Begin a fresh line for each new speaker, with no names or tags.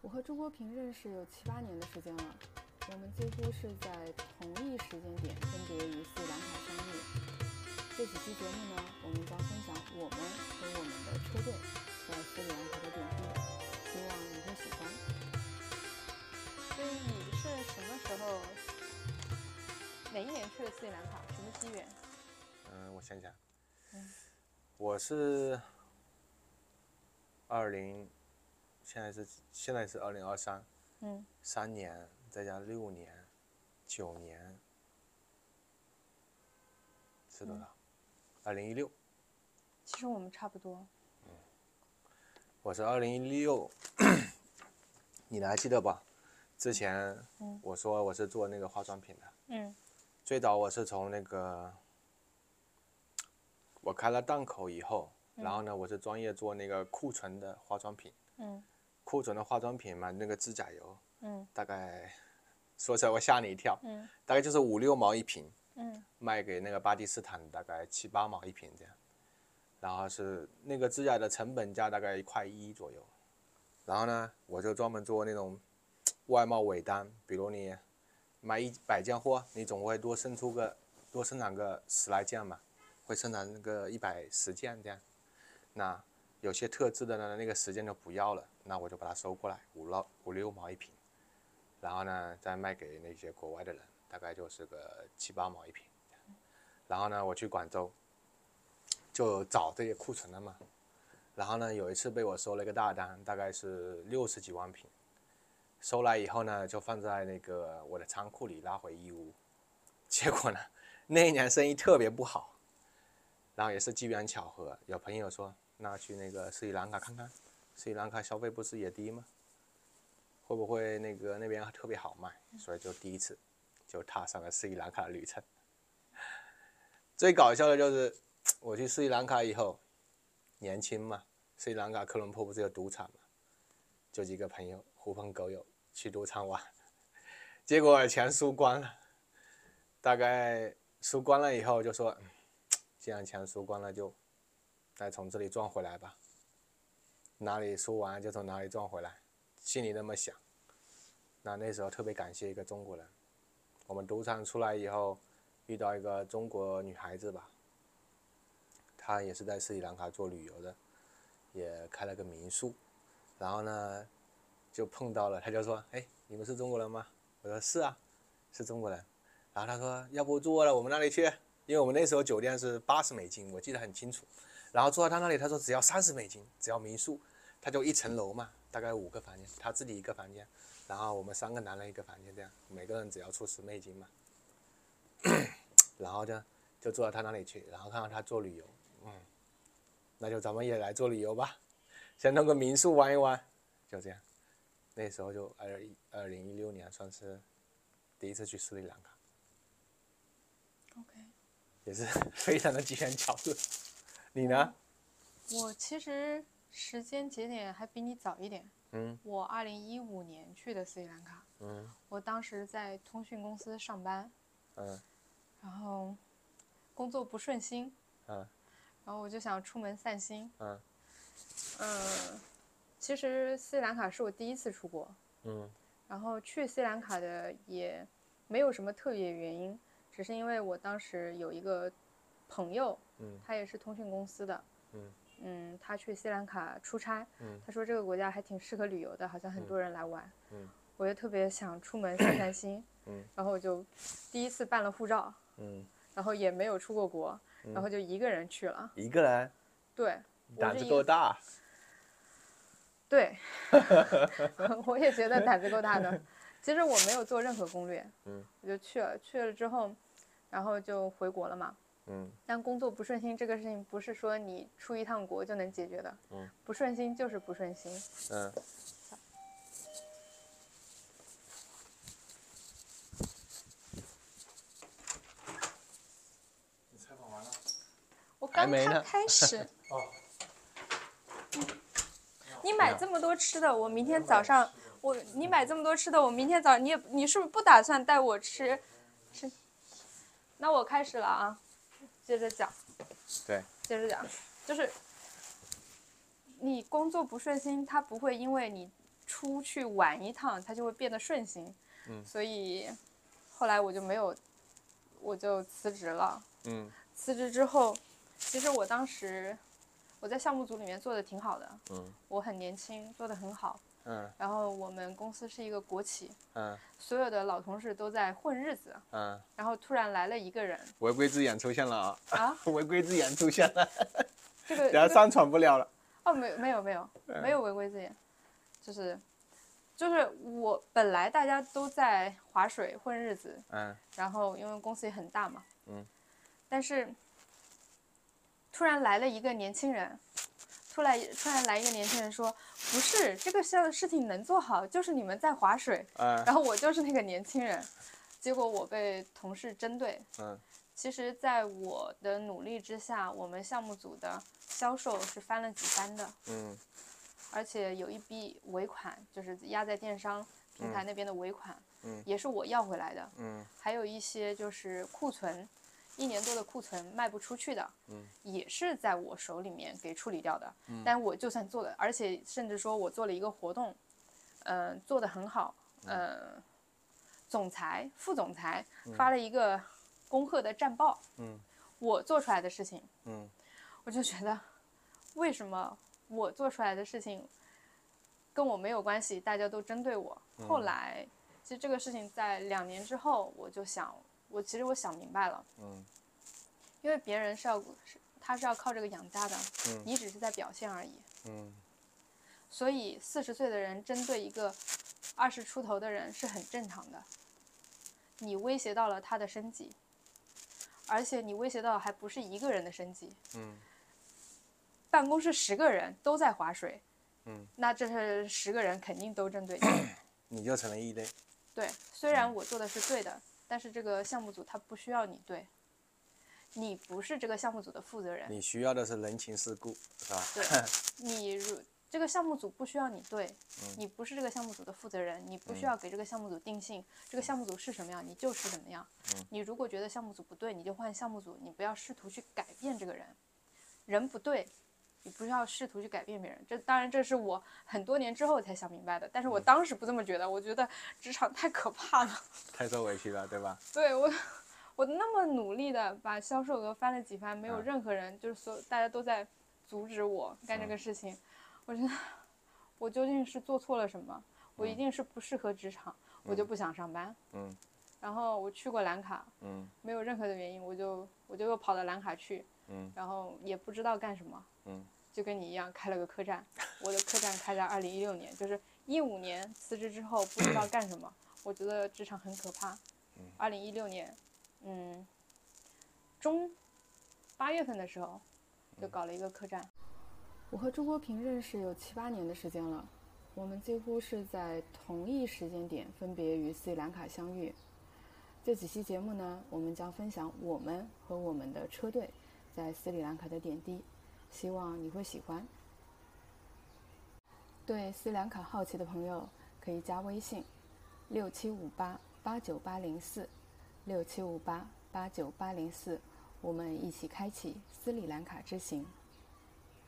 我和朱国平认识有七八年的时间了，我们几乎是在同一时间点分别于斯里兰卡相遇。这几期节目呢，我们将分享我们和我们的车队在斯里兰卡的点滴，希望你会喜欢。
所以你是什么时候？哪一年去的斯里兰卡？什么机缘？
嗯，我想想，我是二零，现在是现在是二零二三，
嗯，
三年再加六年，九年，是多少？二零一六，
其实我们差不多。
我是二零一六，你还记得吧？之前
嗯
我说我是做那个化妆品的，
嗯
最早我是从那个我开了档口以后，然后呢，我是专业做那个库存的化妆品，
嗯
库存的化妆品嘛，那个指甲油
嗯
大概说起来我吓你一跳，
嗯
大概就是五六毛一瓶，
嗯
卖给那个巴基斯坦大概七八毛一瓶这样，然后是那个指甲的成本价大概一块一左右，然后呢，我就专门做那种外贸尾单，比如你买一百件货，你总会多生出个多生产个十来件嘛，会生产那个一百十件这样，那有些特制的呢，那个十件就不要了，那我就把它收过来，五六五六毛一瓶，然后呢再卖给那些国外的人，大概就是个七八毛一瓶。然后呢，我去广州就找这些库存的嘛。然后呢，有一次被我收了一个大单，大概是六十几万瓶。收来以后呢，就放在那个我的仓库里拉回义乌。结果呢， 那一年生意特别不好。然后也是机缘巧合，有朋友说，那去那个斯里兰卡看看，斯里兰卡消费不是也低吗？会不会那个那边特别好卖？所以就第一次就踏上了斯里兰卡的旅程。最搞笑的就是我去斯里兰卡以后，年轻嘛，斯里兰卡科伦坡不是有赌场嘛，就几个朋友狐朋狗友去赌场玩，结果全输光了，大概输光了以后就说，嗯既然钱输光了就再从这里赚回来吧，哪里输完就从哪里赚回来，心里那么想。那那时候特别感谢一个中国人，我们赌场出来以后。遇到一个中国女孩子吧，她也是在斯里兰卡做旅游的，也开了个民宿，然后呢，就碰到了，她就说：“哎，你们是中国人吗？”我说：“是啊，是中国人。”然后她说：“要不住到我们那里去？因为我们那时候酒店是八十美金，我记得很清楚。然后住到她那里，她说只要三十美金，只要民宿，她就一层楼嘛，大概五个房间，她自己一个房间，然后我们三个男人一个房间，这样每个人只要出十美金嘛。”然后呢，就坐到他那里去，然后看到他做旅游，嗯，那就咱们也来做旅游吧， 先弄个民宿玩一玩，就这样。那时候就二一二零一六年算是第一次去斯里兰卡，
，OK。
也是非常的机缘巧合。你呢？
我其实时间节点还比你早一点。
嗯
我二零一五年去的斯里兰卡，
嗯
我当时在通讯公司上班，
嗯
然后工作不顺心，
嗯
然后我就想出门散心。
嗯
嗯，其实斯里兰卡是我第一次出国，
嗯
然后去斯里兰卡的也没有什么特别原因，只是因为我当时有一个朋友，
嗯
他也是通讯公司的，
嗯
嗯他去斯里兰卡出差，
嗯
他说这个国家还挺适合旅游的，好像很多人来玩，
嗯
我就特别想出门散散心，
嗯
然后我就第一次办了护照，
嗯，
然后也没有出过国，然后就一个人去了，
一个人
对，我
胆
是
子
一
够大。
对， 我也觉得胆子够大 的。其实我没有做任何攻略，
嗯，
我就去了，去了之后，然后就回国了嘛。
嗯
但工作不顺心这个事情，不是说你出一趟国就能解决的，
嗯，
不顺心就是不顺心。
嗯
我
还
刚
没
开
呢
开 始，
哦，
你
哎
买这么多吃的，我明天早上，我你买这么多吃的，我明天早你也你是不是不打算带我吃吃？那我开始了啊，接着讲。
对，
接着讲，就是你工作不顺心，它不会因为你出去玩一趟，它就会变得顺心。
嗯
所以后来我就没有，我就辞职了。
嗯
辞职之后，其实我当时我在项目组里面做的挺好的，
嗯
我很年轻，做的很好。
嗯
然后我们公司是一个国企，
嗯
所有的老同事都在混日子，
嗯，
然后突然来了一个人
违规字眼出现了啊，
啊，
违规字眼出现了，
这个
然
这
后
个
上传不了了。
哦，没有没有没有没有违规字眼，就是就是我本来大家都在划水混日子，
嗯
然后因为公司也很大嘛，
嗯，
但是突然来了一个年轻人，突然突然来一个年轻人说，不是这个事事情能做好，就是你们在划水，
嗯
然后我就是那个年轻人，结果我被同事针对。
嗯
其实，在我的努力之下，我们项目组的销售是翻了几番的，
嗯
而且有一笔尾款，就是压在电商平台那边的尾款，
嗯
也是我要回来的。
嗯
还有一些就是库存，一年多的库存卖不出去的，
嗯，
也是在我手里面给处理掉的。嗯、但我就算做了，而且甚至说我做了一个活动，嗯、做得很好，嗯、总裁、副总裁发了一个恭贺的战报，
嗯，
我做出来的事情，
嗯
我就觉得，为什么我做出来的事情跟我没有关系，大家都针对我？后来，其实这个事情在两年之后，我就想，我其实我想明白了，
嗯
因为别人是要是他是要靠这个养家的，
嗯
你只是在表现而已。
嗯
所以，四十岁的人针对一个二十出头的人是很正常的。你威胁到了他的生计，而且你威胁到还不是一个人的生计，
嗯
办公室十个人都在划水，
嗯，
那这是十个人肯定都针对你。
你就成了异类。
对，虽然我做的是对的，但是这个项目组他不需要你对，你不是这个项目组的负责人。
你需要的是人情世故，是吧？
对，你如这个项目组不需要你对，你不是这个项目组的负责人，你不需要给这个项目组定性，这个项目组是什么样，你就是什么样。你如果觉得项目组不对，你就换项目组，你不要试图去改变这个人，人不对。你不需要试图去改变别人，这当然这是我很多年之后才想明白的，但是我当时不这么觉得，我觉得职场太可怕了。
太受委屈了，对吧？
对我，我那么努力的把销售额翻了几番，没有
嗯
任何人，就是所有大家都在阻止我干这个事情。我觉得我究竟是做错了什么？我一定是不适合职场，我就不想上班。
嗯
然后我去过兰卡，
嗯
没有任何的原因，我就我就又跑到兰卡去，
嗯
然后也不知道干什么，
嗯
就跟你一样开了个客栈。我的客栈开在二零一六年，就是一五年辞职之后不知道干什么，我觉得职场很可怕。二零一六年，嗯，中八月份的时候就搞了一个客栈，
我和朱国平认识有七八年的时间了，我们几乎是在同一时间点分别与斯里兰卡相遇。这几期节目呢，我们将分享我们和我们的车队在斯里兰卡的点滴，希望你会喜欢。对斯里兰卡好奇的朋友，可以加微信六七五八八九八零四六七五八八九八零四，我们一起开启斯里兰卡之行。